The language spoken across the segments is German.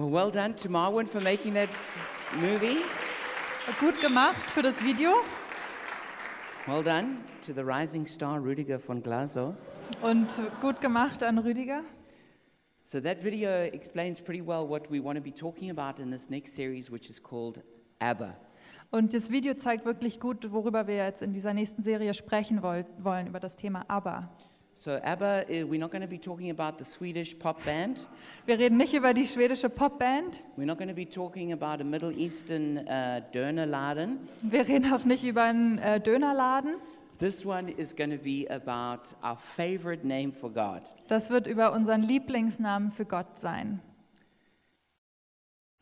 Well, well done to Marwan for making that movie. Gut gemacht für das Video Well done to the rising star Rudiger von Glasow. und gut gemacht an Rüdiger. So, that video explains pretty well what we want to be talking about in this next series, which is called ABBA. Und das Video zeigt wirklich gut, worüber wir jetzt in dieser nächsten Serie sprechen woll- wollen, über das Thema ABBA. So, ABBA, eh, we're not going to be talking about the Swedish pop band. Wir reden nicht über die schwedische Popband, We're not going to be talking about a Middle Eastern uh, Dönerladen. wir reden auch nicht über einen äh, Dönerladen. This one is going to be about our favorite name for God. Das wird über unseren Lieblingsnamen für Gott sein.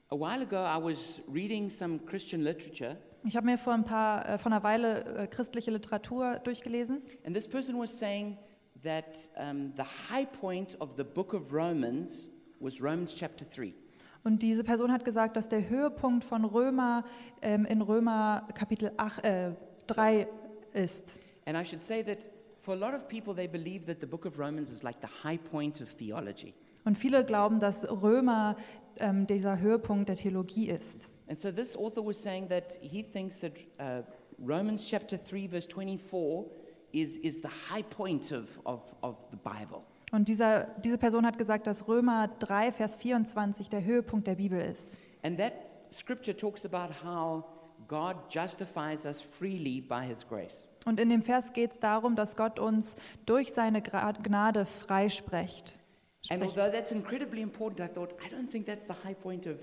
A while ago, I was reading some Christian literature, Ich habe mir vor, ein paar, äh, vor einer Weile äh, christliche Literatur durchgelesen and this person was saying that um, the high point of the book of Romans was Romans chapter 3. und diese Person hat gesagt, dass der Höhepunkt von Römer ähm, in Römer Kapitel 8, äh, 3 ist. And I should say that for a lot of people, they believe that the book of Romans is like the high point of theology. Und viele glauben, dass Römer ähm, dieser Höhepunkt der Theologie ist. And so this author was saying that he thinks that uh, Romans chapter 3, verse 24, is, is the high point of, of, of the Bible. Und dieser, diese Person hat gesagt, dass Römer 3, Vers 24 der Höhepunkt der Bibel ist. And that scripture talks about how God justifies us freely by his grace. Und in dem Vers geht es darum, dass Gott uns durch seine Gra- Gnade freisprecht. And Spricht. although that's incredibly important, I thought, I don't think that's the high point of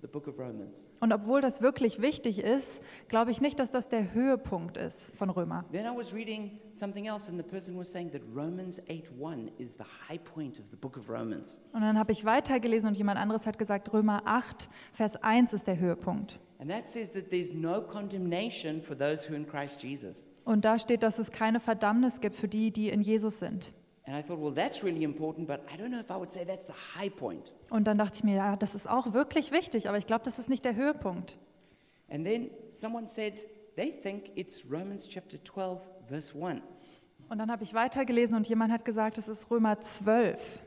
the book of Romans. Und obwohl das wirklich wichtig ist, glaube ich nicht, dass das der Höhepunkt ist von Römer. Then I was reading something else, and the person was saying that Romans 8 1 is the high point of the book of Romans. Und dann habe ich weitergelesen und jemand anderes hat gesagt, Römer 8, Vers 1 ist der Höhepunkt. And that says that there's no condemnation for those who are in Christ Jesus. Und da steht, dass es keine Verdammnis gibt für die, die in Jesus sind. And I thought, well, that's really important, but I don't know if I would say that's the high point. Und dann dachte ich mir, ja, das ist auch wirklich wichtig, aber ich glaube, das ist nicht der Höhepunkt. And then someone said they think it's Romans chapter 12, verse 1, Und dann habe ich weitergelesen und jemand hat gesagt, es ist Römer 12.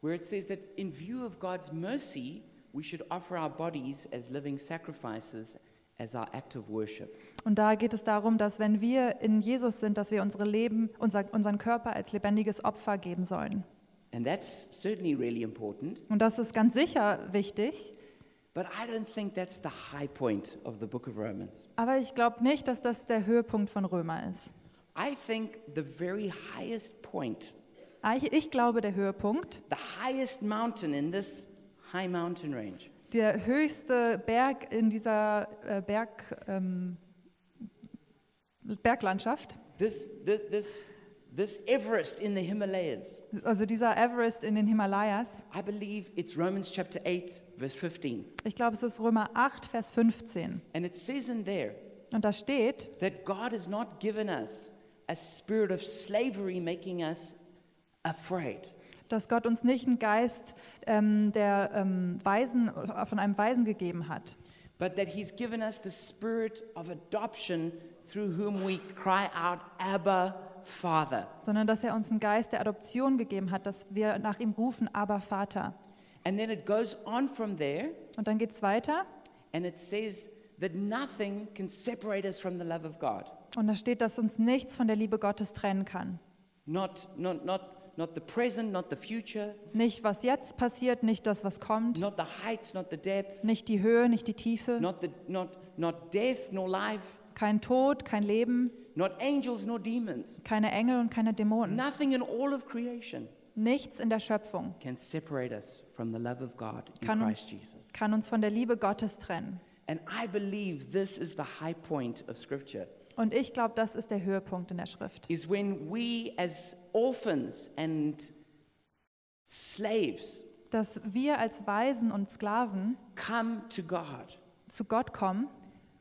where it says that in view of God's mercy, we should offer our bodies as living sacrifices as our act of worship. Und da geht es darum, dass wenn wir in Jesus sind, dass wir unsere Leben, unser, unseren Körper als lebendiges Opfer geben sollen. And that's certainly really important, Und das ist ganz sicher wichtig, but I don't think that's the high point of the book of Romans. aber ich glaube nicht, dass das der Höhepunkt von Römer ist. I think the very highest point, Ich, ich glaube, der Höhepunkt, the highest mountain in this high mountain range, der höchste Berg in dieser äh, Berg, ähm, Berglandschaft, This, this, this, this Everest in the Himalayas, also dieser Everest in den Himalayas, I believe it's Romans chapter 8, verse 15. ich glaube, es ist Römer 8, Vers 15. And it says in there Und da steht, that God has not given us a spirit of slavery making us afraid, dass Gott uns nicht einen Geist ähm, der ähm, Weisen, von einem Weisen gegeben hat, but that He's given us the spirit of adoption through whom we cry out, Abba, Father. sondern dass er uns einen Geist der Adoption gegeben hat, dass wir nach ihm rufen, aber Vater. And then it goes on from there Und dann geht es weiter and it says that nothing can separate us from the love of God. und da steht, dass uns nichts von der Liebe Gottes trennen kann. Not, not, not, not the present, not the future, Nicht, was jetzt passiert, nicht das, was kommt, not the heights, not the depths, nicht die Höhe, nicht die Tiefe, not, the, not, not death nor life, kein Tod, kein Leben, not angels nor demons. keine Engel und keine Dämonen. Nothing in all of creation Nichts in der Schöpfung can separate us from the love of God in Kann- Christ Jesus. kann uns von der Liebe Gottes trennen. And I believe this is the high point of Scripture, Und ich glaube, das ist der Höhepunkt in der Schrift. is when we as orphans and slaves dass wir als Waisen und Sklaven come to God zu Gott kommen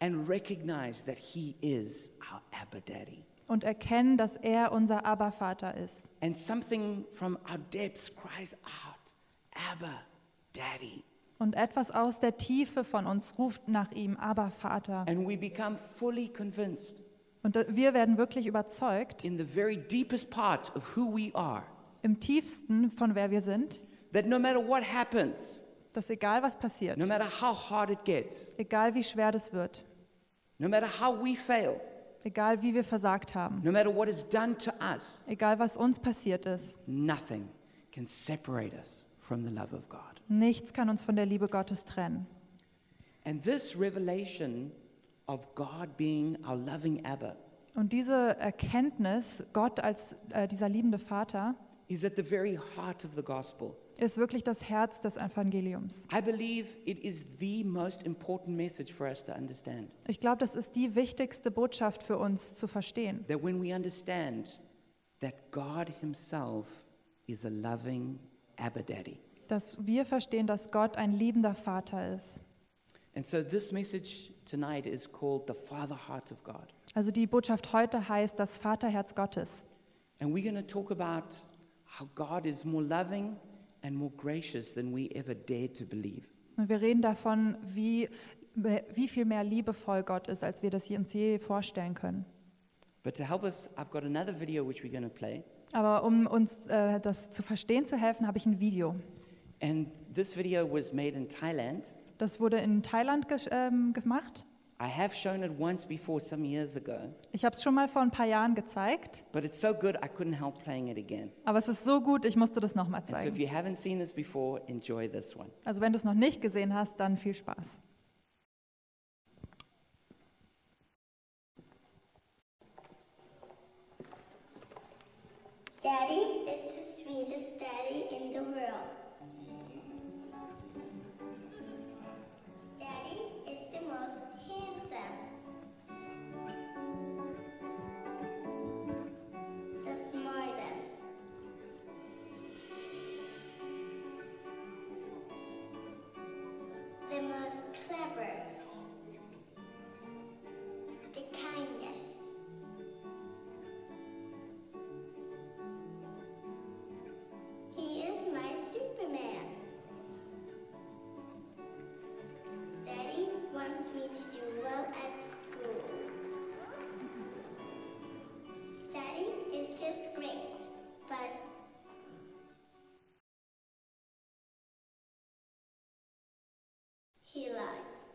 and recognize that He is our Abba Daddy. und erkennen, dass er unser Abervater ist. And something from our depths cries out, Abba, Daddy. Und etwas aus der Tiefe von uns ruft nach ihm, Abervater. And we become fully convinced Und da- wir werden wirklich überzeugt, in the very deepest part of who we are im tiefsten von wer wir sind, that no matter what happens, dass egal was passiert, No matter how hard it gets, egal wie schwer das wird, no matter how we fail, egal wie wir versagt haben, no matter what is done to us, egal was uns passiert ist, nothing can separate us from the love of God. nichts kann uns von der Liebe Gottes trennen. And this revelation of God being our loving Abba Und diese Erkenntnis, Gott als äh, dieser liebende Vater, is at the very heart of the gospel. ist wirklich das Herz des Evangeliums. I believe it is the most important message for us to understand. Ich glaube, das ist die wichtigste Botschaft für uns zu verstehen. That when we understand that God Himself is a loving Abba Daddy. dass wir verstehen, dass Gott ein liebender Vater ist. And so this message tonight is called the Father Heart of God. Also die Botschaft heute heißt das Vaterherz Gottes. And we're going to talk about how God is more loving and more gracious than we ever dared to believe. Und wir reden davon, wie, wie viel mehr liebevoll Gott ist, als wir das uns je vorstellen können. But to help us, I've got another video which we're going to play. Aber um uns äh, das zu verstehen, zu helfen, habe ich ein Video. And this video was made in Thailand. Das wurde in Thailand gesch- ähm, gemacht. I have shown it once before some years ago, Ich habe es schon mal vor ein paar Jahren gezeigt, but it's so good I couldn't help playing it again. aber es ist so gut, ich musste das nochmal And so if zeigen. you haven't seen this before, enjoy this one. Also wenn du es noch nicht gesehen hast, dann viel Spaß. Daddy is the sweetest daddy in the world. Daddy is the most handsome. The smartest. The most clever. The kindest. He is my Superman. Daddy wants me to do well at school. Daddy is just great, but he lies.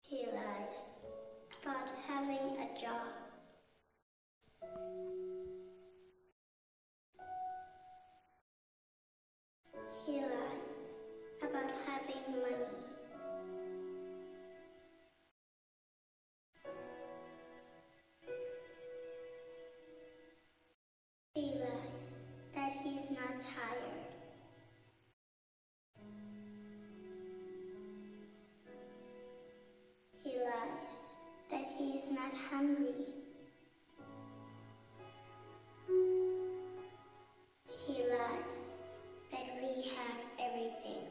He lies about having a job. He lies about having money. He lies that he's not tired. He lies that he is not hungry. He lies that we have everything.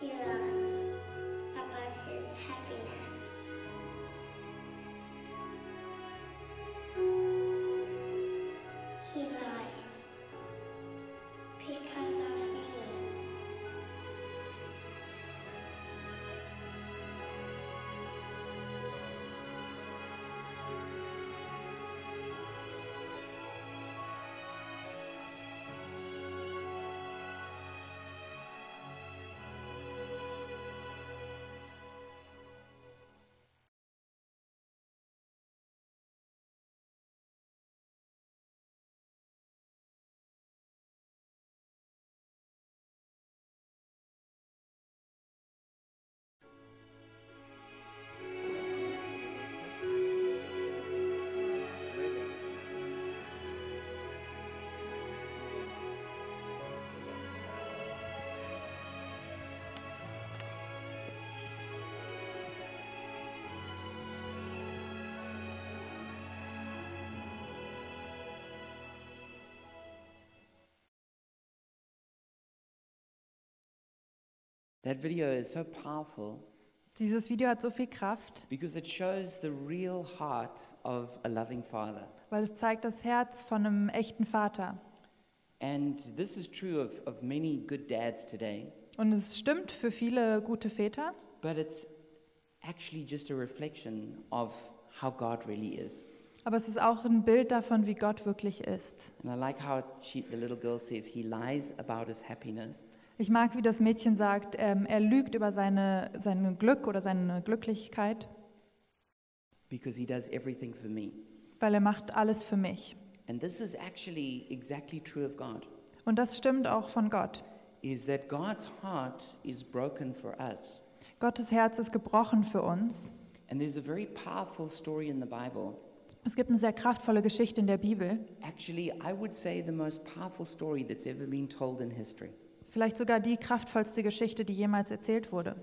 He lies about his happiness. He lies because of me. That video is so powerful Dieses Video hat so viel Kraft, because it shows the real heart of a loving father. weil es zeigt das Herz von einem echten Vater. And this is true of, of many good dads today, Und es stimmt für viele gute Väter, but it's actually just a reflection of how God really is. aber es ist auch ein Bild davon, wie Gott wirklich ist. And I like how she, the little girl says, He lies about his happiness, Ich mag, wie das Mädchen sagt, ähm, er lügt über seine, sein Glück oder seine Glücklichkeit, because he does everything for me. weil er macht alles für mich. And this is actually exactly true of God, Und das stimmt auch von Gott. is that God's heart is broken for us. Gottes Herz ist gebrochen für uns. And there's a very powerful story in the Bible. Es gibt eine sehr kraftvolle Geschichte in der Bibel, Actually, I would say the most powerful story that's ever been told in history. vielleicht sogar die kraftvollste Geschichte, die jemals erzählt wurde.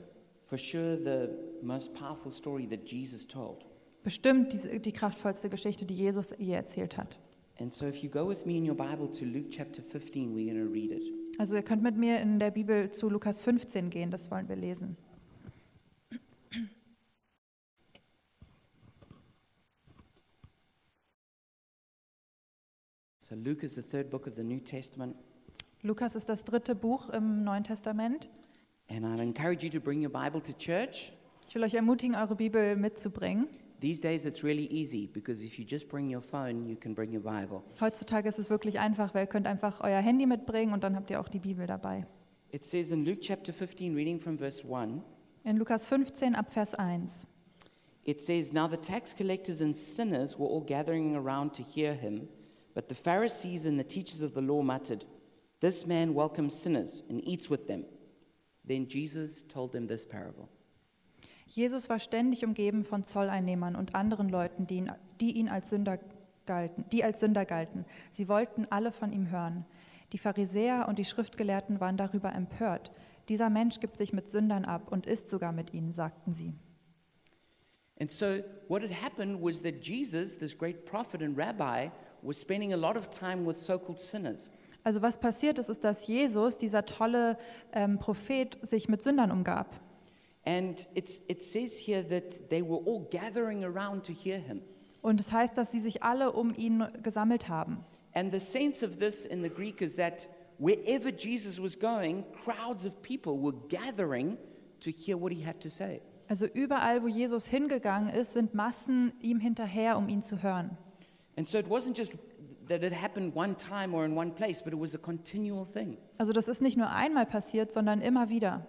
For sure, the most powerful story that Jesus told. Bestimmt die, die kraftvollste Geschichte, die Jesus je erzählt hat. And so, if you go with me in your Bible to Luke chapter 15, we're going to read it. Also ihr könnt mit mir in der Bibel zu Lukas 15 gehen, das wollen wir lesen. So, Luke is the third book of the New Testament. Lukas ist das dritte Buch im Neuen Testament. And I'd encourage you to bring your Bible to church. Ich will euch ermutigen, eure Bibel mitzubringen. These days, it's really easy because if you just bring your phone, you can bring your Bible. Heutzutage ist es wirklich einfach, weil ihr könnt einfach euer Handy mitbringen und dann habt ihr auch die Bibel dabei. It says in Luke chapter 15, reading from verse 1, In Lukas 15 ab Vers 1. it says, Now the tax collectors and sinners were all gathering around to hear him, but the Pharisees and the teachers of the law muttered, This man welcomes sinners and eats with them. Then Jesus told them this parable. Jesus war ständig umgeben von Zolleinnehmern und anderen Leuten, die ihn, die ihn als Sünder galten, die als Sünder galten. Sie wollten alle von ihm hören. Die Pharisäer und die Schriftgelehrten waren darüber empört. Dieser Mensch gibt sich mit Sündern ab und isst sogar mit ihnen, sagten sie. And so, what had happened was that Jesus, this great prophet and rabbi, was spending a lot of time with so called sinners. Also was passiert ist, ist, dass Jesus, dieser tolle ähm, Prophet, sich mit Sündern umgab. And it's, it says here that they were all gathering around to hear him. Und es das heißt, dass sie sich alle um ihn gesammelt haben. And the sense of this in the Greek is that wherever Jesus was going, crowds of people were gathering to hear what he had to say. Also überall, wo Jesus hingegangen ist, sind Massen ihm hinterher, um ihn zu hören. And so it wasn't just that it happened one time or in one place, but it was a continual thing. Also das ist nicht nur einmal passiert, sondern immer wieder.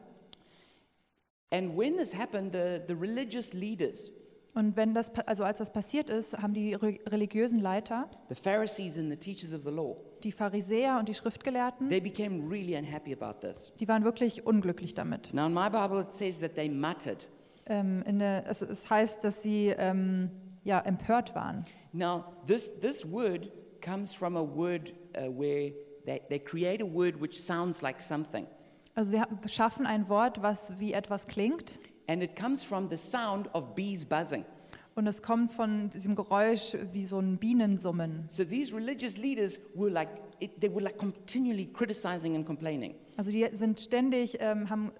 And when this happened, the, the religious leaders, Und wenn das, pa- also als das passiert ist, haben die re- religiösen Leiter, the Pharisees and the teachers of the law, die Pharisäer und die Schriftgelehrten, they became really unhappy about this. die waren wirklich unglücklich damit. Now, in my Bible, it says that they muttered. Ähm, in der, es, es heißt, dass sie ähm, ja, empört waren. Now, this, this word comes from a word uh, where they, they create a word which sounds like something. Also sie ha- schaffen ein Wort, was wie etwas klingt. And it comes from the sound of bees buzzing. Und es kommt von diesem Geräusch wie so ein Bienensummen. So these religious leaders were like, it, they were like continually criticizing and complaining. Also die sind ständig, ähm, haben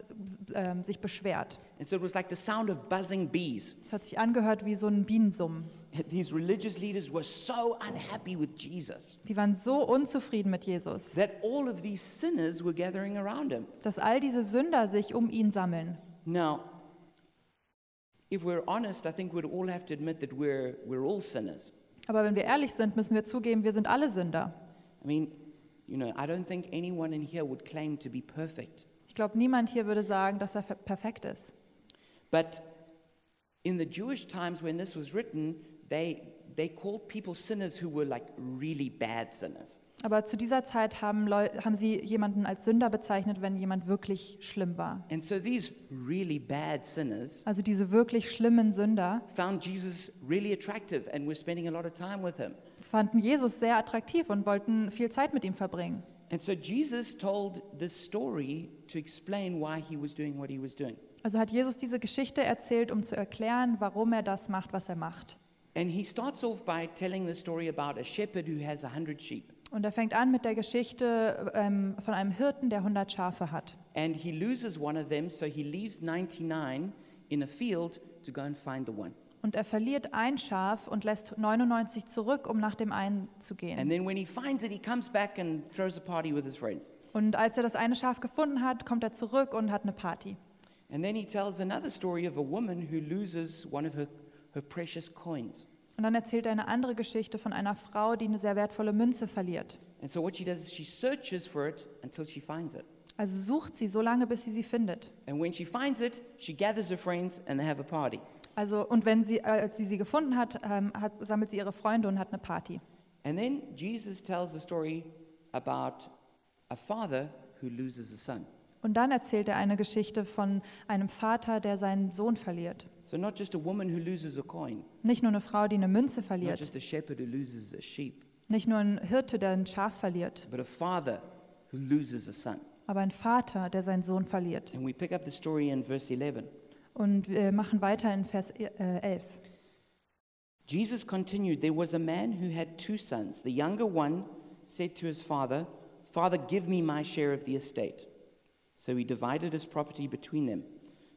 ähm, sich beschwert. And so it was like the sound of buzzing bees. Es hat sich angehört wie so ein Bienensummen. These religious leaders were so unhappy with Jesus Die waren so unzufrieden mit Jesus, that all of these sinners were gathering around him. dass all diese Sünder sich um ihn sammeln. Now, if we're honest, I think we'd all have to admit that we're, we're all sinners. Aber wenn wir ehrlich sind, müssen wir zugeben, wir sind alle Sünder. I mean, you know, I don't think anyone in here would claim to be perfect. Ich glaube, niemand hier würde sagen, dass er fe- perfekt ist. But in the Jewish times when this was written, they, they called people sinners who were like really bad sinners. Aber zu dieser Zeit haben, Leu haben sie jemanden als Sünder bezeichnet, wenn jemand wirklich schlimm war. And so these really bad sinners Also diese wirklich schlimmen Sünder found Jesus really attractive and were spending a lot of time with him. fanden Jesus sehr attraktiv und wollten viel Zeit mit ihm verbringen. And so Jesus told this story to explain why he was doing what he was doing. Also hat Jesus diese Geschichte erzählt, um zu erklären, warum er das macht, was er macht. And he starts off by telling the story about a shepherd who has a hundred sheep. Und er fängt an mit der Geschichte ähm, von einem Hirten, der 100 Schafe hat. And he loses one of them, so he leaves 99 in a field to go and find the one. Und er verliert ein Schaf und lässt 99 zurück, um nach dem einen zu gehen. And then when he finds it, he comes back and throws a party with his friends. Und als er das eine Schaf gefunden hat, kommt er zurück und hat eine Party. And then he tells another story of a woman who loses one of her, her precious coins. Und dann erzählt er eine andere Geschichte von einer Frau, die eine sehr wertvolle Münze verliert. And so what she does is she searches for it until she finds it. Also sucht sie so lange, bis sie sie findet. And when she finds it, she gathers her friends and they have a party. Also und wenn sie, als sie sie gefunden hat, ähm, hat, sammelt sie ihre Freunde und hat eine Party. And then Jesus tells a story about a father who loses a son. Und dann erzählt er eine Geschichte von einem Vater, der seinen Sohn verliert. So not just a woman who loses a coin, Nicht nur eine Frau, die eine Münze not verliert, just a shepherd who loses a sheep, nicht nur ein Hirte, der ein Schaf verliert, but a father who loses a son. aber ein Vater, der seinen Sohn verliert. And we pick up the story in verse 11. Und wir machen weiter in Vers äh, 11. Jesus continued, There was a man who had two sons. The younger one said to his father, Father, give me my share of the estate. So he divided his property between them.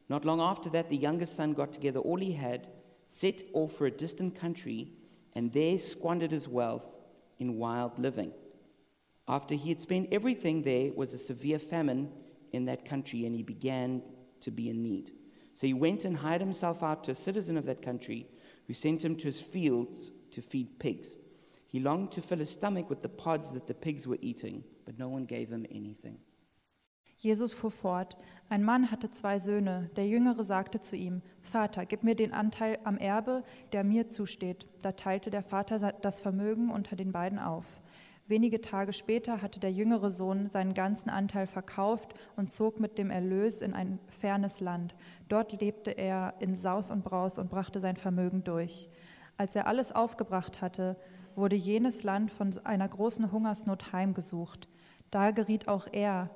Not long after that, the younger son got together all he had, set off for a distant country, and there squandered his wealth in wild living. After he had spent everything, there was a severe famine in that country, and he began to be in need. So he went and hired himself out to a citizen of that country, who sent him to his fields to feed pigs. He longed to fill his stomach with the pods that the pigs were eating, but no one gave him anything. Jesus fuhr fort. Ein Mann hatte zwei Söhne. Der Jüngere sagte zu ihm, Vater, gib mir den Anteil am Erbe, der mir zusteht. Da teilte der Vater sa- das Vermögen unter den beiden auf. Wenige Tage später hatte der jüngere Sohn seinen ganzen Anteil verkauft und zog mit dem Erlös in ein fernes Land. Dort lebte er in Saus und Braus und brachte sein Vermögen durch. Als er alles aufgebracht hatte, wurde jenes Land von einer großen Hungersnot heimgesucht. Da geriet auch er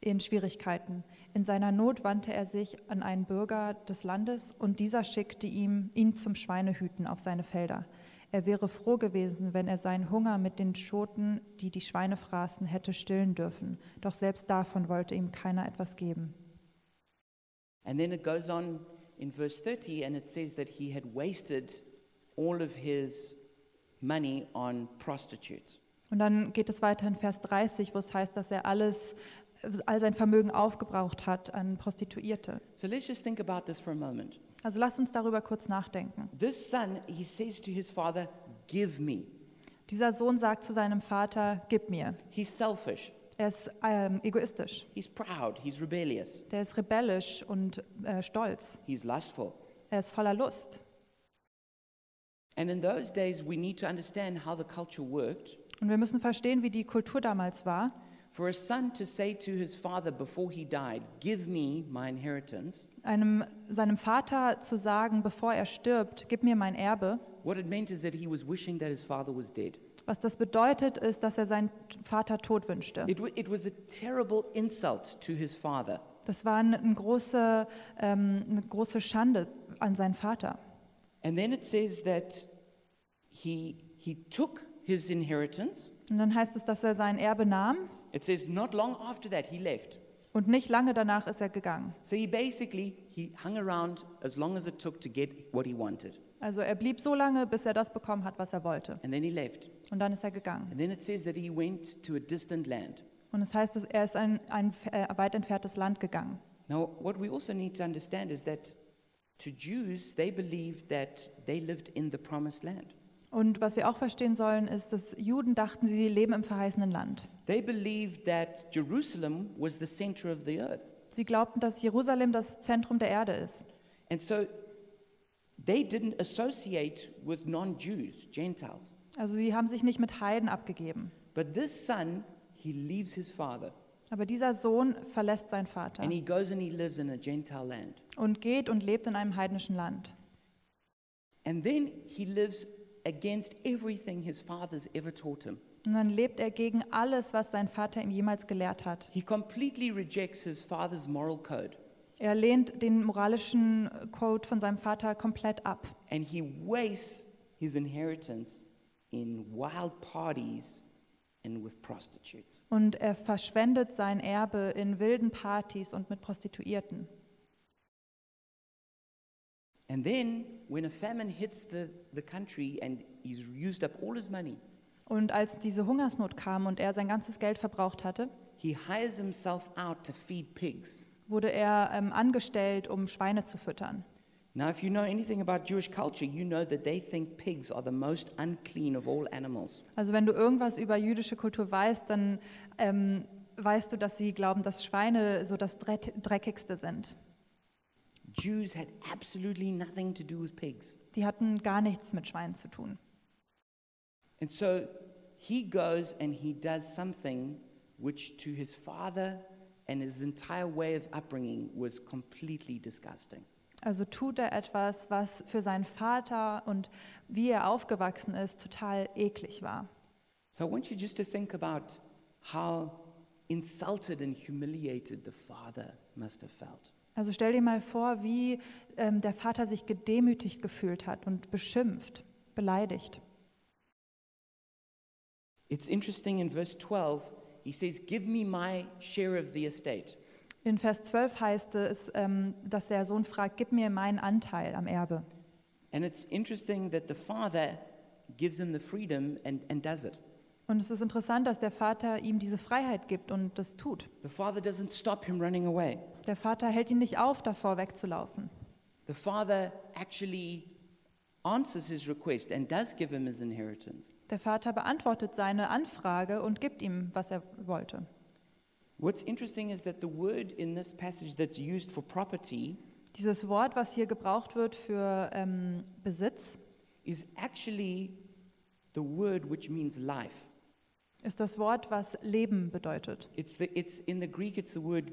in Schwierigkeiten. In seiner Not wandte er sich an einen Bürger des Landes und dieser schickte ihm, ihn zum Schweinehüten auf seine Felder. Er wäre froh gewesen, wenn er seinen Hunger mit den Schoten, die die Schweine fraßen, hätte stillen dürfen. Doch selbst davon wollte ihm keiner etwas geben. And then it goes on in verse 30, and it says that he had wasted all of his money on prostitutes. Und dann geht es weiter in Vers 30, wo es heißt, dass er alles, all sein Vermögen aufgebraucht hat an Prostituierte. So let's just think about this for a moment. Also lasst uns darüber kurz nachdenken. This son, he says to his father, Give me. Dieser Sohn sagt zu seinem Vater, gib mir. He's selfish, Er ist ähm, egoistisch. he's proud, he's rebellious, Der ist rebellisch und äh, stolz. he's lustful. Er ist voller Lust. And in those days, we need to understand how the culture worked. Und wir müssen verstehen, wie die Kultur damals war. For a son to say to his father before he died, Give me my inheritance, Einem, seinem Vater zu sagen, bevor er stirbt, gib mir mein Erbe. what it meant is that he was wishing that his father was dead. Was das bedeutet, ist, dass er seinen Vater tot wünschte. It, wa- it was a terrible insult to his father. Das war eine, eine, große, ähm, eine große Schande an seinen Vater. And then it says that he, he took his inheritance. Und dann heißt es, dass er sein Erbe nahm It says not long after that he left. und nicht lange danach ist er gegangen. So he basically he hung around as long as it took to get what he wanted, Also er blieb so lange, bis er das bekommen hat, was er wollte. and then he left. Und dann ist er gegangen. And then it says that he went to a distant land. Und es heißt, dass er ist in ein äh, weit entferntes Land gegangen. Now, what we also need to understand is that to Jews they believed that they lived in the promised land. Und was wir auch verstehen sollen, ist, dass Juden dachten, sie leben im verheißenen Land. They believed that Jerusalem was the center of the earth, Sie glaubten, dass Jerusalem das Zentrum der Erde ist. and so they didn't associate with non-Jews, Gentiles. Also sie haben sich nicht mit Heiden abgegeben. But this son, he leaves his father Aber dieser Sohn verlässt seinen Vater and he goes and he lives in a Gentile land. und geht und lebt in einem heidnischen Land. And then he lives against everything his father's ever taught him. Und dann lebt er gegen alles, was sein Vater ihm jemals gelehrt hat. He completely rejects his father's moral code Er lehnt den moralischen Code von seinem Vater komplett ab. and he wastes his inheritance in wild parties and with prostitutes. Und er verschwendet sein Erbe in wilden Partys und mit Prostituierten. And then, when a famine hits the, the country and he's used up all his money, Und als diese Hungersnot kam und er sein ganzes Geld verbraucht hatte, he hires himself out to feed pigs. wurde er ähm, angestellt, um Schweine zu füttern. Now, if you know anything about Jewish culture, you know that they think pigs are the most unclean of all animals. Also wenn du irgendwas über jüdische Kultur weißt, dann ähm, weißt du, dass sie glauben, dass Schweine so das Dre- Dreckigste sind. Jews had absolutely nothing to do with pigs. Die hatten gar nichts mit Schweinen zu tun. And so he goes and he does something which to his father and his entire way of upbringing was completely disgusting. Also tut er etwas, was für seinen Vater und wie er aufgewachsen ist, total eklig war. So I want you just to think about how insulted and humiliated the father must have felt. Also stell dir mal vor, wie ähm, der Vater sich gedemütigt gefühlt hat und beschimpft, beleidigt. It's interesting in verse 12, he says, Give me my share of the estate. In Vers 12 heißt es, ähm, dass der Sohn fragt, gib mir meinen Anteil am Erbe. And it's interesting that the father gives him the freedom and, and does it. Und es ist interessant, dass der Vater ihm diese Freiheit gibt und das tut. The father doesn't stop him running away. Der Vater hält ihn nicht auf, davor wegzulaufen. The father actually answers his request and does give him his inheritance. Der Vater beantwortet seine Anfrage und gibt ihm, was er wollte. What's interesting is that the word in this passage that's used for property Dieses Wort, was hier gebraucht wird für ähm, Besitz, is actually the word which means life. ist das Wort, was Leben bedeutet. It's, the, it's in the Greek, it's the word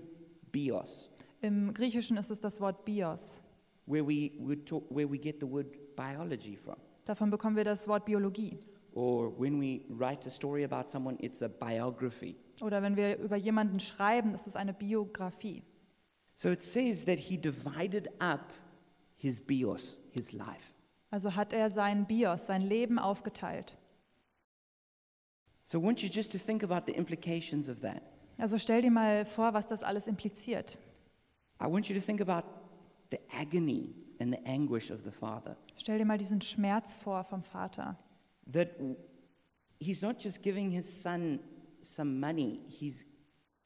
bios, Im Griechischen ist es das Wort Bios. where we, would talk, where we get the word biology from. Davon bekommen wir das Wort Biologie. Or when we write a story about someone, it's a biography. Oder wenn wir über jemanden schreiben, ist es eine Biografie. So it says that he divided up his bios, his life. Also hat er sein Bios, sein Leben aufgeteilt. So I want you just to think about the implications of that. Also stell dir mal vor, was das alles impliziert. I want you to think about the agony and the anguish of the father. Stell dir mal diesen Schmerz vor vom Vater. That he's not just giving his son some money, he's,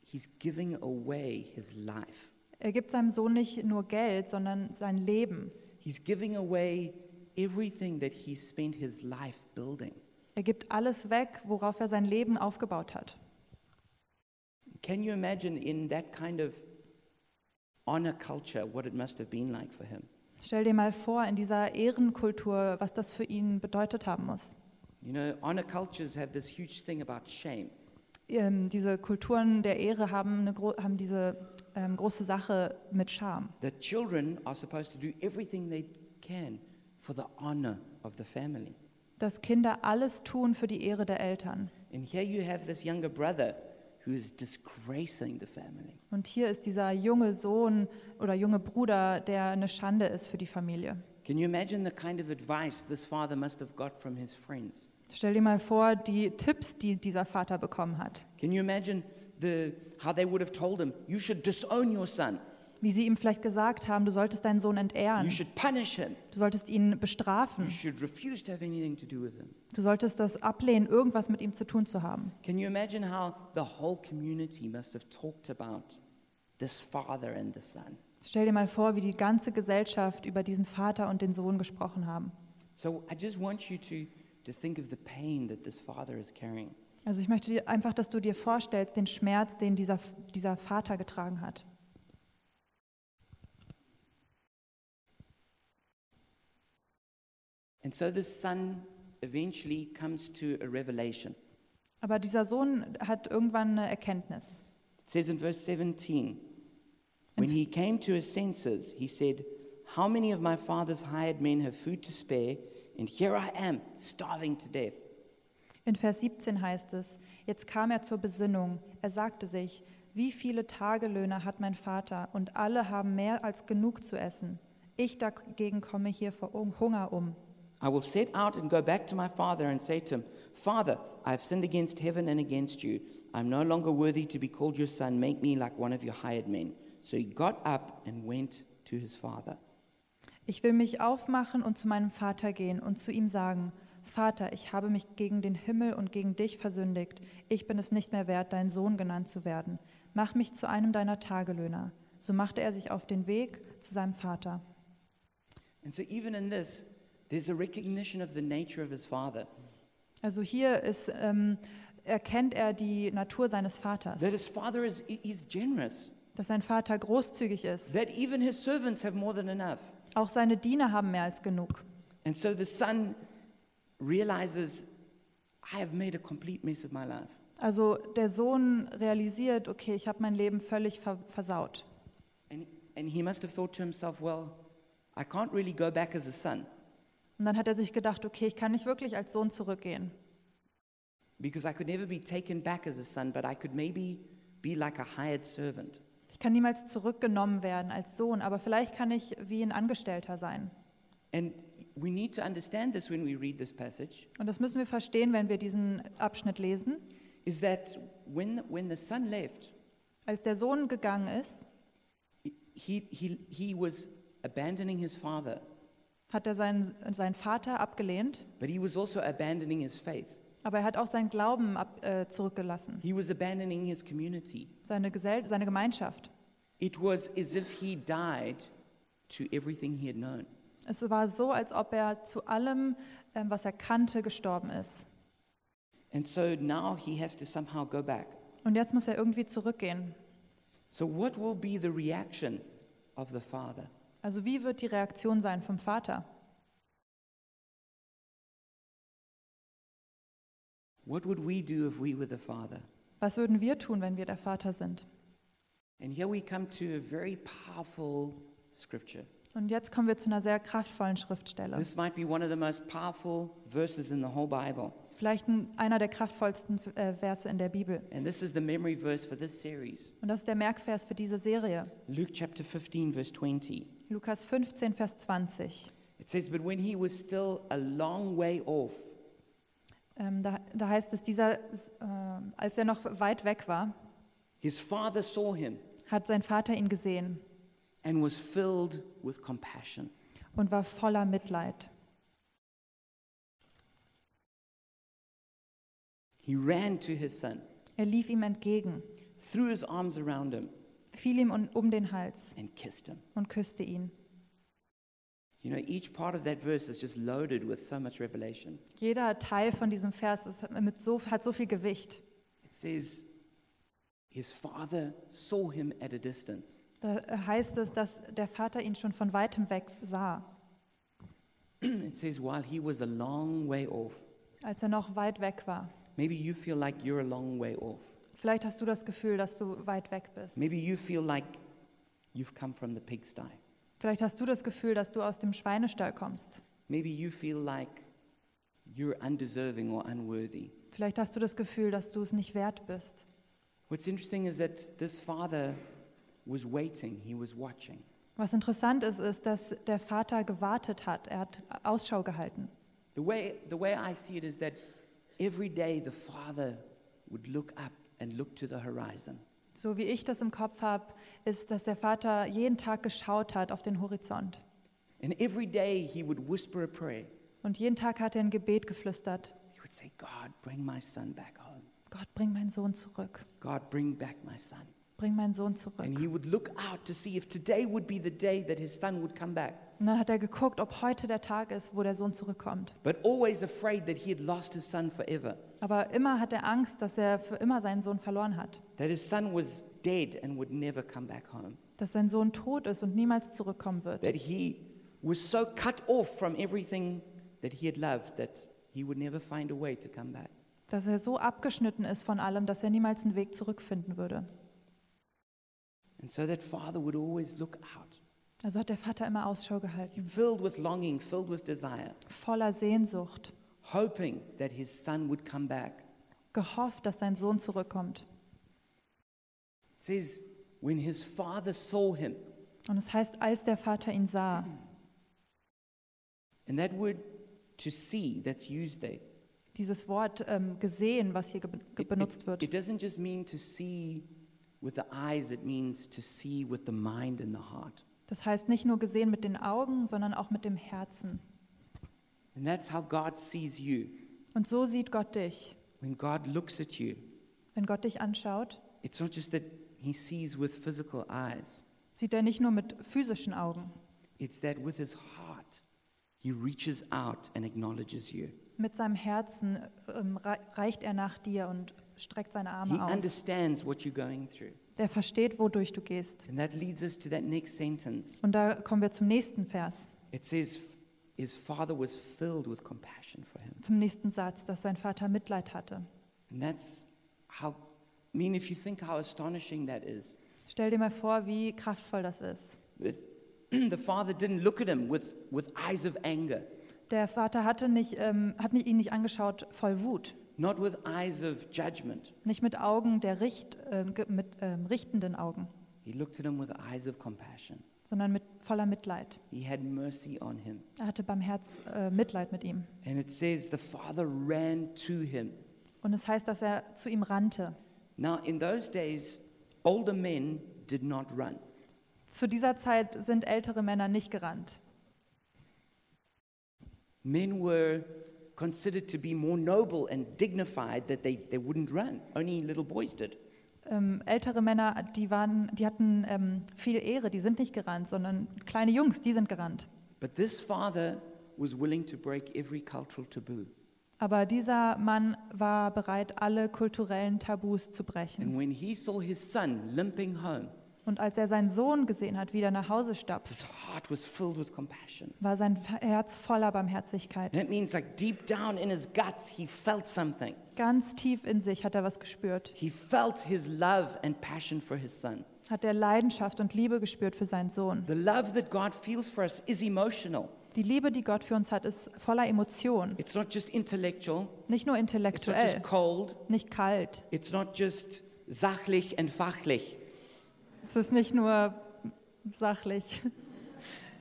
he's giving away his life. Er gibt seinem Sohn nicht nur Geld, sondern sein Leben. He's giving away everything that he spent his life building. Er gibt alles weg, worauf er sein Leben aufgebaut hat. Can you imagine in that kind of honor culture what it must have been like for him? Stell dir mal vor, in dieser Ehrenkultur, was das für ihn bedeutet haben muss. You know, honor cultures have this huge thing about shame. Ähm, diese Kulturen der Ehre haben, eine gro haben diese ähm, große Sache mit Scham. The children are supposed to do everything they can for the honor of the family. Dass Kinder alles tun für die Ehre der Eltern. And here you have this younger brother who's disgracing the family. Und hier ist dieser junge Sohn oder junge Bruder, der eine Schande ist für die Familie. Can you imagine the kind of advice this father must have got from his friends? Stell dir mal vor, die Tipps, die dieser Vater bekommen hat. Can you imagine the, how they would have told him, you should disown your son, Wie sie ihm vielleicht gesagt haben, du solltest deinen Sohn entehren, you should punish him, du solltest ihn you bestrafen, should refuse to have anything to do with him? du solltest das ablehnen, irgendwas mit ihm zu tun zu haben. Can you imagine how the whole community must have talked about this father and the son? Stell dir mal vor, wie die ganze Gesellschaft über diesen Vater und den Sohn gesprochen haben. So I just want you to, to think of the pain that this father is carrying. Also ich möchte dir einfach, dass du dir vorstellst, den Schmerz, den dieser, dieser Vater getragen hat. And so this son eventually comes to a revelation. Aber dieser Sohn hat irgendwann eine Erkenntnis. It says in verse 17, when he came to his senses, he said, How many of my father's hired men have food to spare? And here I am, starving to death. In Vers 17 heißt es, jetzt kam er zur Besinnung. Er sagte sich, wie viele Tagelöhner hat mein Vater und alle haben mehr als genug zu essen. Ich dagegen komme hier vor Hung- Hunger um. I will set out and go back to my father and say to him, Father, I have sinned against heaven and against you. I am no longer worthy to be called your son. Make me like one of your hired men. So he got up and went to his father. Ich will mich aufmachen und zu meinem Vater gehen und zu ihm sagen, Vater, ich habe mich gegen den Himmel und gegen dich versündigt. Ich bin es nicht mehr wert, dein Sohn genannt zu werden. Mach mich zu einem deiner Tagelöhner. So machte er sich auf den Weg zu seinem Vater. And so, even in this, there's a recognition of the nature of his father. Also hier ist, ähm, erkennt er die Natur seines Vaters, That his father is he's generous. dass sein Vater großzügig ist. That even his servants have more than enough. Auch seine Diener haben mehr als genug. And so the son realizes, I have made a complete mess of my life. Also der Sohn realisiert, okay, ich habe mein Leben völlig ver versaut. And, and he must have thought to himself, well, I can't really go back as a son Und dann hat er sich gedacht, okay, ich kann nicht wirklich als Sohn zurückgehen. because I could never be taken back as a son, but I could maybe be like a hired servant. Ich kann niemals zurückgenommen werden als Sohn, aber vielleicht kann ich wie ein Angestellter sein. And we need to understand this when we read this passage Und das müssen wir verstehen, wenn wir diesen Abschnitt lesen. is that when, when the son left, Als der Sohn gegangen ist, he, he, he was abandoning his father, hat er seinen, seinen Vater abgelehnt, but he was also abandoning his faith. aber er hat auch seinen Glauben ab, äh, zurückgelassen, He was abandoning his community. seine, Gesell seine Gemeinschaft. It was as if he died to everything he had known. Es war so, als ob er zu allem, ähm, was er kannte, gestorben ist. And so now he has to somehow go back. Und jetzt muss er irgendwie zurückgehen. So, what will be the reaction of the father? Also wie wird die Reaktion sein vom Vater? What would we do if we were the father? Was würden wir tun, wenn wir der Vater sind? And here we come to a very powerful scripture. Und jetzt kommen wir zu einer sehr kraftvollen Schriftstelle. This might be one of the most powerful verses in the whole Bible. Vielleicht ein- einer der kraftvollsten äh, Verse in der Bibel. And this is the memory verse for this series Und das ist der Merkvers für diese Serie. Luke chapter 15, verse 20. Lukas 15, Vers 20. It says, But when he was still a long way off, Ähm, da, da heißt es, dieser, äh, als er noch weit weg war, his father saw him hat sein Vater ihn gesehen and was filled with compassion. und war voller Mitleid. He ran to his son, Er lief ihm entgegen, threw his arms around him, fiel ihm un, um den Hals and kissed him. und küsste ihn. You know, each part of that verse is just loaded with so much revelation. Jeder Teil von diesem Vers ist mit so, hat so viel Gewicht. It says, His father saw him at a distance. Da heißt es, dass der Vater ihn schon von weitem weg sah, it says, While he was a long way off. als er noch weit weg war. Maybe you feel like you're a long way off. Vielleicht hast du das Gefühl, dass du weit weg bist. Maybe you feel like you've come from the pigsty. Vielleicht hast du das Gefühl, dass du aus dem Schweinestall kommst. Maybe you feel like you're undeserving or unworthy. Vielleicht hast du das Gefühl, dass du es nicht wert bist. What's interesting is that this father was waiting, he was watching. Was interessant ist, ist, dass der Vater gewartet hat. Er hat Ausschau gehalten. The way, the way I see it is that every day the Father would look up and look to the horizon. So wie ich das im Kopf habe, ist, dass der Vater jeden Tag geschaut hat auf den Horizont. And every day he would whisper a prayer. Und jeden Tag hat er ein Gebet geflüstert. He would say, God, bring my son back home. Gott, bring meinen Sohn zurück. God, bring back my son. Bring meinen Sohn And zurück. he would look out to see if today would be the day that his son would come back, Und dann hat er geguckt, ob heute der Tag ist, wo der Sohn zurückkommt. but always afraid that he had lost his son forever, Aber immer hat er Angst, dass er für immer seinen Sohn verloren hat. that his son was dead and would never come back home, Dass sein Sohn tot ist und niemals zurückkommen wird. that he was so cut off from everything that he had loved that he would never find a way to come back. Dass er so abgeschnitten ist von allem, dass er niemals einen Weg zurückfinden würde. And so that father would always look out, Also hat der Vater immer Ausschau gehalten. filled with longing, filled with desire, Voller Sehnsucht. hoping that his son would come back. Gehofft, dass sein Sohn zurückkommt. It says, when his father saw him, Und es heißt, als der Vater ihn sah. and that word to see that's used there, Dieses Wort ähm, gesehen, was hier ge ge it, benutzt it, wird. it doesn't just mean to see with the eyes, it means to see with the mind and the heart. Das heißt nicht nur gesehen mit den Augen, sondern auch mit dem Herzen. And that's how God sees you. Und so sieht Gott dich. When God looks at you, Wenn Gott dich anschaut, it's not just that He sees with physical eyes, sieht er nicht nur mit physischen Augen. it's that with His heart, He reaches out and acknowledges you. Mit seinem Herzen ähm, rei- reicht er nach dir und streckt seine He Arme aus. understands what you're going through. Der versteht, wodurch du gehst. And that leads us to that next sentence. Und da kommen wir zum nächsten Vers, It says, His father was filled with compassion for him. zum nächsten Satz, dass sein Vater Mitleid hatte. And that's how, I mean, if you think how astonishing that is, Stell dir mal vor, wie kraftvoll das ist. this, the father didn't look at him with, with eyes of anger, Der Vater hatte nicht, ähm, hat nicht, ihn nicht angeschaut voll Wut, not with eyes of judgment. nicht mit Augen der Richt, ähm, ge- mit ähm, richtenden Augen, He looked at him with eyes of compassion. sondern mit voller Mitleid. He had mercy on him. Er hatte beim Herz äh, Mitleid mit ihm. And it says the father ran to him. Und es heißt, dass er zu ihm rannte. Now, in those days, older men did not run. Zu dieser Zeit sind ältere Männer nicht gerannt. Men were considered to be more noble and dignified that they, they wouldn't run. Only little boys did. Ähm, ältere Männer, die, waren, die hatten ähm, viel Ehre, die sind nicht gerannt, sondern kleine Jungs, die sind gerannt. But this father was willing to break every cultural taboo. Aber dieser Mann war bereit, alle kulturellen Tabus zu brechen. And when he saw his son limping home, Und als er seinen Sohn gesehen hat, wie er nach Hause stapft, his heart was filled with compassion. war sein Herz voller Barmherzigkeit. That means, like deep down in his guts, he felt something. Ganz tief in sich hat er was gespürt. He felt his love and passion for his son. Hat er Leidenschaft und Liebe gespürt für seinen Sohn. The love that God feels for us is emotional, Die Liebe, die Gott für uns hat, ist voller Emotion. it's not just intellectual, Nicht nur it's not just intellektuell, cold, nicht kalt. it's not just sachlich and fachlich. Es ist nicht nur sachlich.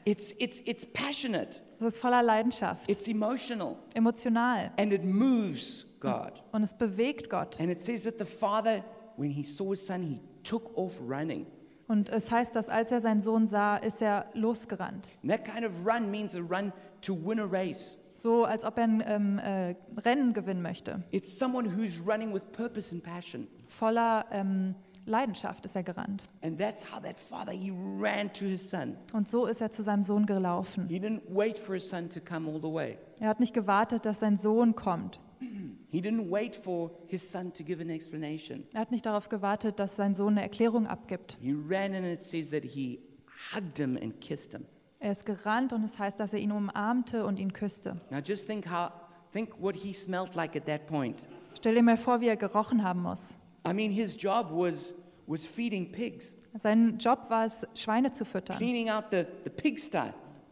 It's, it's, it's passionate, Es ist voller Leidenschaft, it's emotional, emotional. and it moves God. Und es bewegt Gott. And it says that the father, when he saw his son, he took off running. Und es heißt, dass als er seinen Sohn sah, ist er losgerannt. And that kind of run means a run to win a race. So, als ob er ein ähm, äh, Rennen gewinnen möchte. It's someone who's running with purpose and passion. Voller ähm, Leidenschaft ist er gerannt. And that's how that father, he ran to his son. Und so ist er zu seinem Sohn gelaufen. He didn't wait for his son to come all the way. Er hat nicht gewartet, dass sein Sohn kommt. He didn't wait for his son to give an explanation. Er hat nicht darauf gewartet, dass sein Sohn eine Erklärung abgibt. He ran and it says that he hugged him and kissed him. Er ist gerannt und es heißt, dass er ihn umarmte und ihn küsste. Now just think how think what he smelled like at that point. Stell dir mal vor, wie er gerochen haben muss. I mean his job was was feeding pigs, Sein Job war es, Schweine zu füttern, cleaning out the, the pigsty.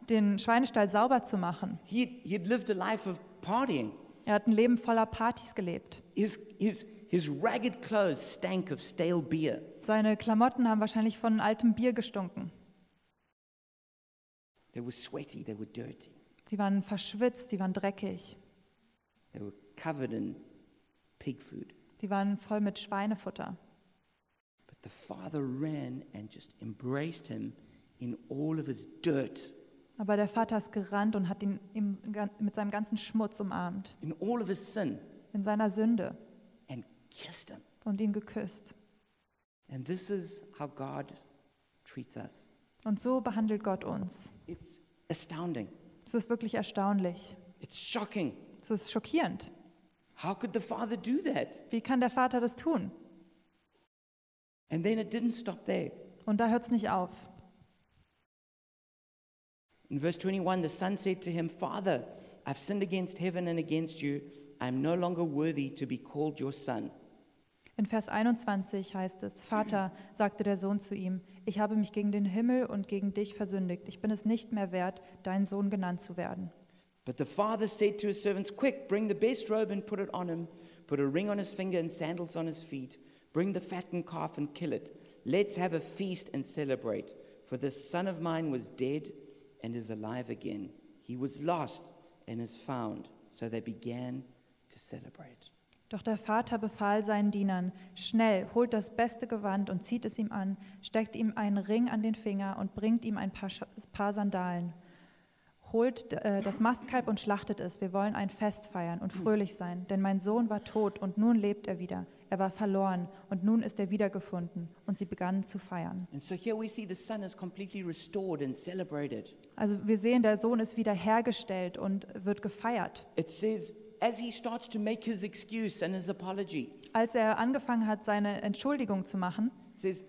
den Schweinestall sauber zu machen. He he had lived a life of partying. Er hat ein Leben voller Partys gelebt. His his his ragged clothes stank of stale beer. Seine Klamotten haben wahrscheinlich von altem Bier gestunken. They were sweaty, they were dirty. Sie waren verschwitzt, die waren dreckig, They were covered in pig food. die waren voll mit Schweinefutter. But the father ran and just embraced him in all of his dirt, Aber der Vater ist gerannt und hat ihn im, mit seinem ganzen Schmutz umarmt, in all of his sin, in seiner Sünde and kissed him. und ihn geküsst. And this is how God treats us. Und so behandelt Gott uns. It's astounding. Es ist wirklich erstaunlich. It's shocking. Es ist schockierend. How could the father do that? Wie kann der Vater das tun? And then it didn't stop there. Und da hört es nicht auf. In verse 21, the son said to him, Father, I've sinned against heaven and against you. I'm no longer worthy to be called your son. In Vers 21 heißt es, Vater, sagte der Sohn zu ihm, ich habe mich gegen den Himmel und gegen dich versündigt. Ich bin es nicht mehr wert, dein Sohn genannt zu werden. But the father said to his servants, Quick, bring the best robe and put it on him. Put a ring on his finger and sandals on his feet. Bring the fattened calf and kill it. Let's have a feast and celebrate. For this son of mine was dead and is alive again. He was lost and is found. So they began to celebrate. Doch der Vater befahl seinen Dienern, schnell, holt das beste Gewand und zieht es ihm an, steckt ihm einen Ring an den Finger und bringt ihm ein paar, Scha- paar Sandalen. Holt äh, das Mastkalb und schlachtet es, wir wollen ein Fest feiern und fröhlich sein, denn mein Sohn war tot und nun lebt er wieder. Er war verloren und nun ist er wiedergefunden. Und sie begannen zu feiern. And so here we see the son is completely restored and celebrated. Also wir sehen, der Sohn ist wieder hergestellt und wird gefeiert. It says, as he starts to make his excuse and his apology, Als er angefangen hat, seine Entschuldigung zu machen, it says,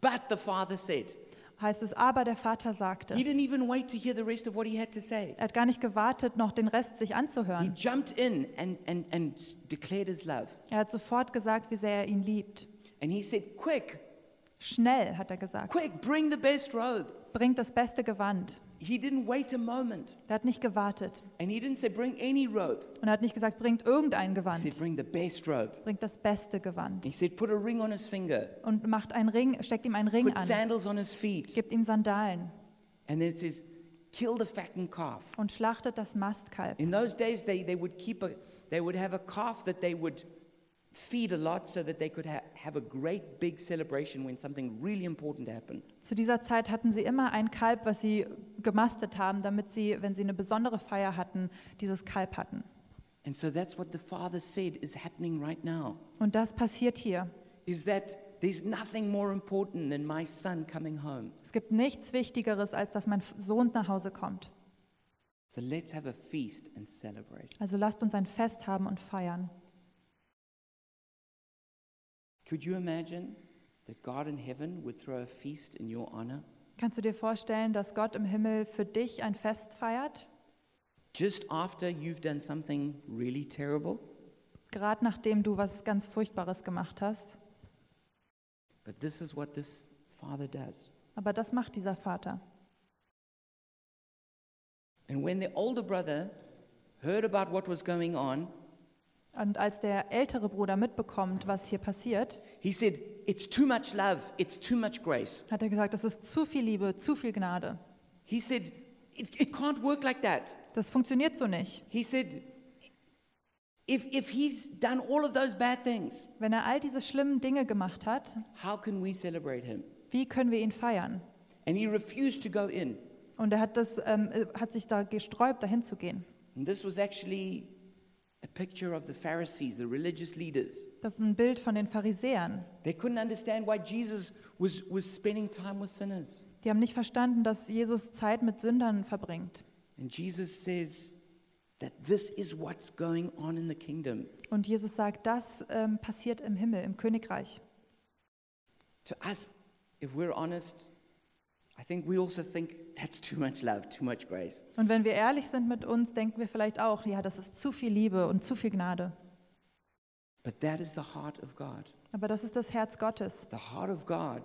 but the father said. heißt es aber, der Vater sagte. He didn't even wait to hear the rest of what he had to say. Er hat gar nicht gewartet, noch den Rest sich He anzuhören. jumped in and, and, and s- declared his love. Er hat sofort gesagt, wie sehr er ihn liebt. And he said, Quick, Schnell, hat er gesagt. quick, bring the best robe. Bringt das beste Gewand. He didn't wait a moment. Er hat nicht gewartet. And he didn't say, Bring any robe. Und er hat nicht gesagt, bringt irgendein He said, Gewand. Bring the best robe. Bringt das beste Gewand. He said, Put a ring on his finger, Und macht einen Ring, steckt ihm einen Ring put an. sandals on his feet. Gibt ihm Sandalen. And then it says, Kill the fattened calf. Und schlachtet das Mastkalb. In those days, they, they would keep a, they would have a calf that they would feed a lot so that they could ha- have a great big celebration when something really important happened. Zu dieser Zeit hatten sie immer ein Kalb, was sie gemastet haben, damit sie, wenn sie eine besondere Feier hatten, dieses Kalb hatten. And so that's what the father said is happening right now. Und das passiert hier. Is that there's nothing more important than my son coming home. Es gibt nichts Wichtigeres, als dass mein Sohn nach Hause kommt. So let's have a feast and celebrate. Also lasst uns ein Fest haben und feiern. Could you imagine that God in heaven would throw a feast in your honor? Kannst du dir vorstellen, dass Gott im Himmel für dich ein Fest feiert? Just after you've done something really terrible, Gerade nachdem du was ganz Furchtbares gemacht hast. but this is what this father does. Aber das macht dieser Vater. And when the older brother heard about what was going on, Und als der ältere Bruder mitbekommt, was hier passiert, he said, It's too much love, it's too much grace. hat er gesagt, das ist zu viel Liebe, zu viel Gnade. He said, It, it can't work like that. Das funktioniert so nicht. He said, if, if he's done all of those bad things, Wenn er all diese schlimmen Dinge gemacht hat, how can we celebrate him? wie können wir ihn feiern? And he refused to go in. Und er hat, das, ähm, äh, hat sich da gesträubt, dahin zu gehen. And this was actually a picture of the Pharisees, the religious leaders. Das ist ein Bild von den Pharisäern. They couldn't understand why Jesus was, was spending time with sinners. Die haben nicht verstanden, dass Jesus Zeit mit Sündern verbringt. And Jesus says that this is what's going on in the kingdom. Und Jesus sagt, das ähm, passiert im Himmel, im Königreich. To us, if we're honest, I think we also think that's too much love, too much grace. Und wenn wir ehrlich sind mit uns, denken wir vielleicht auch, ja, das ist zu viel Liebe und zu viel Gnade. But that is the heart of God. Aber das ist das Herz Gottes. The heart of God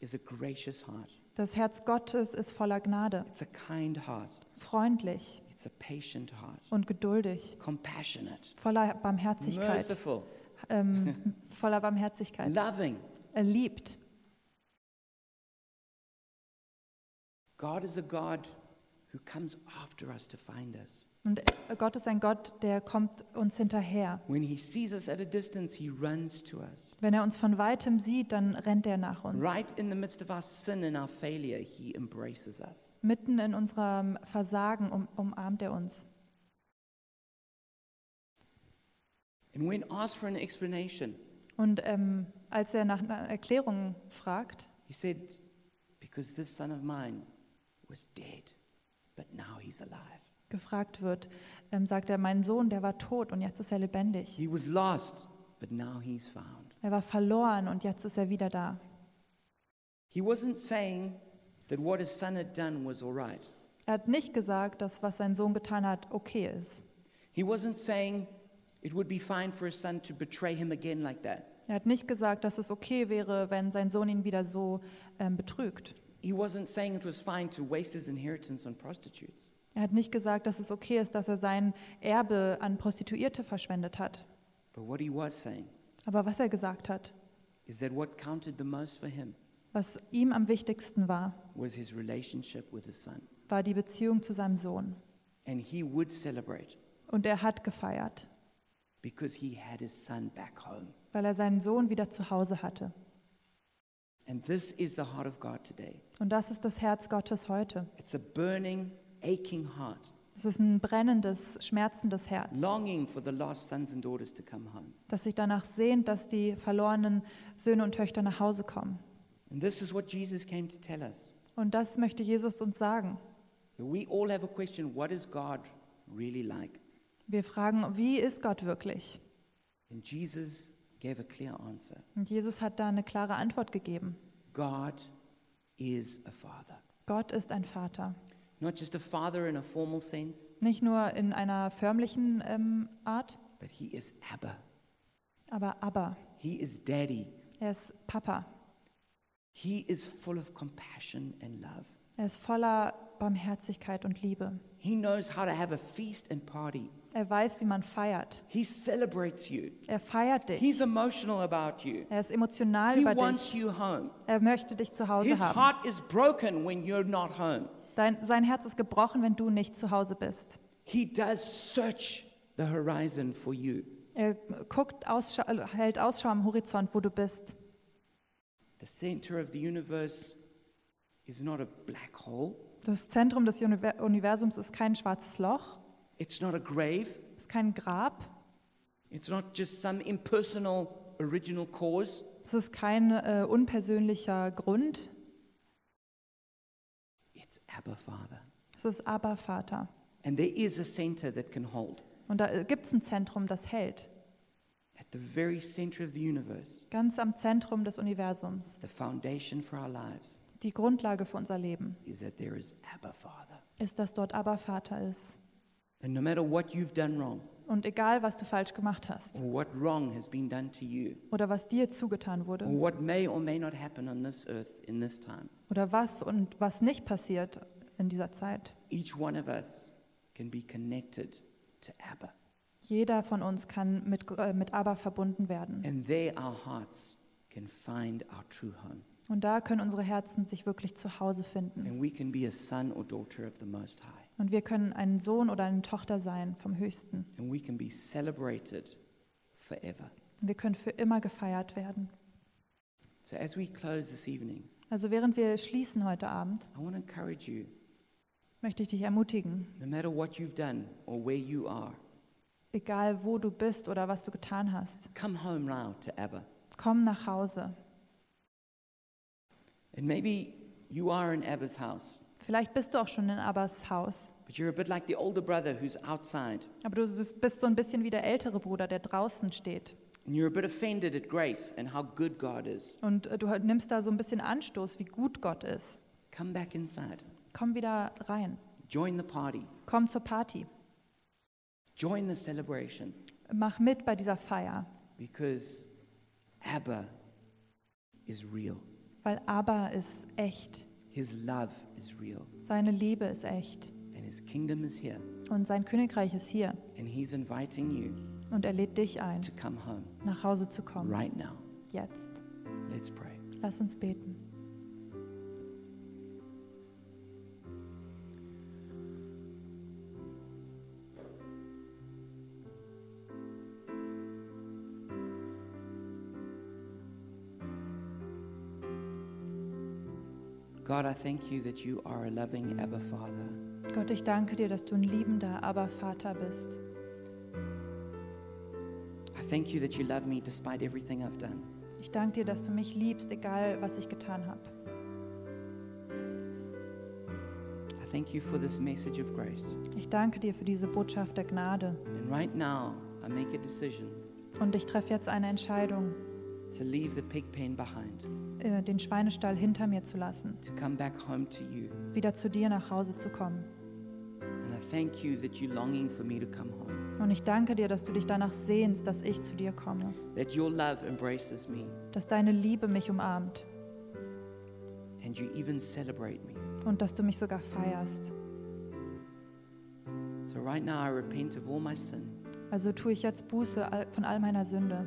is a gracious heart. Das Herz Gottes ist voller Gnade, It's a kind heart. freundlich It's a patient heart. und geduldig, Compassionate. voller Barmherzigkeit, Merciful. ähm, voller Barmherzigkeit. Loving. Er liebt. God is a God who comes after us to find us. Und Gott ist ein Gott, der kommt uns hinterher. When he sees us at a distance, he runs to us. Wenn er uns von weitem sieht, dann rennt er nach uns. Right in the midst of our sin and our failure, he embraces us. Mitten in unserem Versagen um, umarmt er uns. And when asked for an explanation, Und ähm, als er nach einer Erklärung fragt, he said, Because this son of mine was dead, but now he's alive. gefragt wird, ähm, sagt er, mein Sohn, der war tot und jetzt ist er lebendig. He was lost, but now he's found. Er war verloren und jetzt ist er wieder da. He wasn't saying that what his son had done was all right. Er hat nicht gesagt, dass was sein Sohn getan hat, okay ist. He wasn't saying it would be fine for his son to betray him again like that. Er hat nicht gesagt, dass es okay wäre, wenn sein Sohn ihn wieder so ähm, betrügt. He wasn't saying it was fine to waste his inheritance on prostitutes. Er hat nicht gesagt, dass es okay ist, dass er sein Erbe an Prostituierte verschwendet hat. But what he was saying Aber was er gesagt hat, is that what counted the most for him was ihm am wichtigsten war, was his relationship with his son. war die Beziehung zu seinem Sohn. And he would celebrate Und er hat gefeiert, because he had his son back home. weil er seinen Sohn wieder zu Hause hatte. And this is the heart of God today. Und das ist das Herz Gottes heute. It's a burning, aching heart, Es ist ein brennendes, schmerzendes Herz, longing for the lost sons and daughters to come home. das sich danach sehnt, dass die verlorenen Söhne und Töchter nach Hause kommen. And this is what Jesus came to tell us. Und das möchte Jesus uns sagen. We all have a question what is God really like? Wir fragen, wie ist Gott wirklich? And Jesus gave a clear answer Und Jesus hat da eine klare Antwort gegeben. God is a father. Gott ist ein Vater. Not just a father in a formal sense, Nicht nur in einer förmlichen ähm, Art, but he is Abba. aber aber. He is daddy. Er ist Papa. He is full of compassion and love. Er ist voller Barmherzigkeit und Liebe. He knows how to have a feast and party. Er weiß, wie man feiert. He celebrates you. Er feiert dich. He's emotional about you. Er ist emotional He über wants dich. you home. Er möchte dich zu Hause His haben. heart is broken when you're not home. Dein, sein Herz ist gebrochen, wenn du nicht zu Hause bist. He does search the horizon for you. Er guckt Ausschau, äh, hält Ausschau am Horizont, wo du bist. The center of the universe is not a black hole, Das Zentrum des Univer- Universums ist kein schwarzes Loch, it's not a grave, ist kein Grab, it's not just some impersonal original cause. es ist kein äh, unpersönlicher Grund, It's Abba Father. es ist aber Vater. And there is a center that can hold. Und da gibt es ein Zentrum, das hält. At the very center of the universe, Ganz am Zentrum des Universums. the foundation for our lives Die Grundlage für unser Leben is that there is Abba Father. ist, dass dort aber Vater ist. And no matter what you've done wrong Und egal, was du falsch gemacht hast or what wrong has been done to you, oder was dir zugetan wurde, or what may or may not happen on this earth in this time. oder was und was nicht passiert in dieser Zeit. Each one of us can be connected to Abba, Jeder von uns kann mit, äh, mit Aber verbunden werden. and there our hearts can find our true home, Und da können unsere Herzen sich wirklich zu Hause finden. and we can be a son or daughter of the Most High, Und wir können ein Sohn oder eine Tochter sein vom Höchsten. and we can be celebrated forever. Wir können für immer gefeiert werden. So, as we close this evening, Also während wir schließen heute Abend, I want to encourage you möchte ich dich ermutigen, no matter what you've done or where you are, egal wo du bist oder was du getan hast, come home now to Abba. komm nach Hause. And maybe you are in Abba's house, Vielleicht bist du auch schon in Abbas Haus, but you're a bit like the older brother who's outside, aber du bist bist so ein bisschen wie der ältere Bruder, der draußen steht. and you're a bit offended at grace and how good God is. Und äh, du nimmst da so ein bisschen Anstoß, wie gut Gott ist. Come back inside. Komm wieder rein. Join the party. Komm zur Party. Join the celebration Mach mit bei dieser Feier, because Abba is real. weil Aber ist echt. His love is real. Seine Liebe ist echt. And his kingdom is here. Und sein Königreich ist hier. And he's inviting you Und er lädt dich ein, to come home nach Hause zu kommen. right now. Jetzt. Let's pray. Lass uns beten. God, I thank you that you are a loving Abba Father. Gott, ich danke dir, dass du ein liebender Aber-Vater bist. I thank you that you love me despite everything I've done. Ich danke dir, dass du mich liebst, egal was ich getan habe. I thank you for this message of grace. Ich danke dir für diese Botschaft der Gnade. And right now, I make a decision Und ich treffe jetzt eine Entscheidung, to leave the pig pen behind, äh, den Schweinestall hinter mir zu lassen, to come back home to you. wieder zu dir nach Hause zu kommen. And I thank you that you're longing for me to come home, Und ich danke dir, dass du dich danach sehnst, dass ich zu dir komme, that your love embraces me, dass deine Liebe mich umarmt and you even celebrate me. und dass du mich sogar feierst. So, right now, I repent of all my sin. Also tue ich jetzt Buße all- von all meiner Sünde.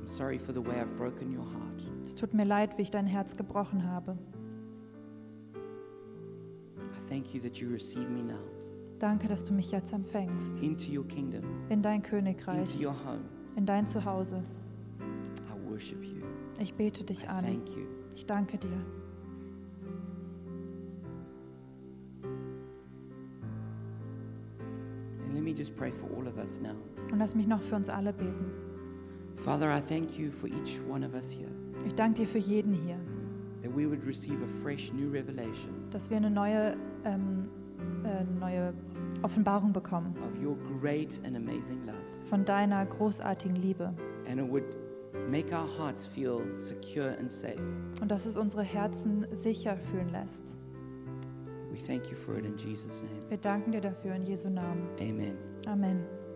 I'm sorry for the way I've broken your heart. Es tut mir leid, wie ich dein Herz gebrochen habe. I thank you that you receive me now. Danke, dass du mich jetzt empfängst. into your kingdom, In dein into Königreich, your home. in dein Zuhause. I worship you. Ich bete I dich an. thank you. Ich danke dir. And let me just pray for all of us now. Und lass mich noch für uns alle beten. Father, I thank you for each one of us here, Ich danke dir für jeden hier, that we would receive a fresh new revelation dass wir eine neue, ähm, äh, neue Offenbarung bekommen of your great and amazing love, von deiner großartigen Liebe. and it would make our hearts feel secure and safe. Und dass es unsere Herzen sicher fühlen lässt. We thank you for it in Jesus' name. Wir danken dir dafür in Jesu Namen. Amen. Amen.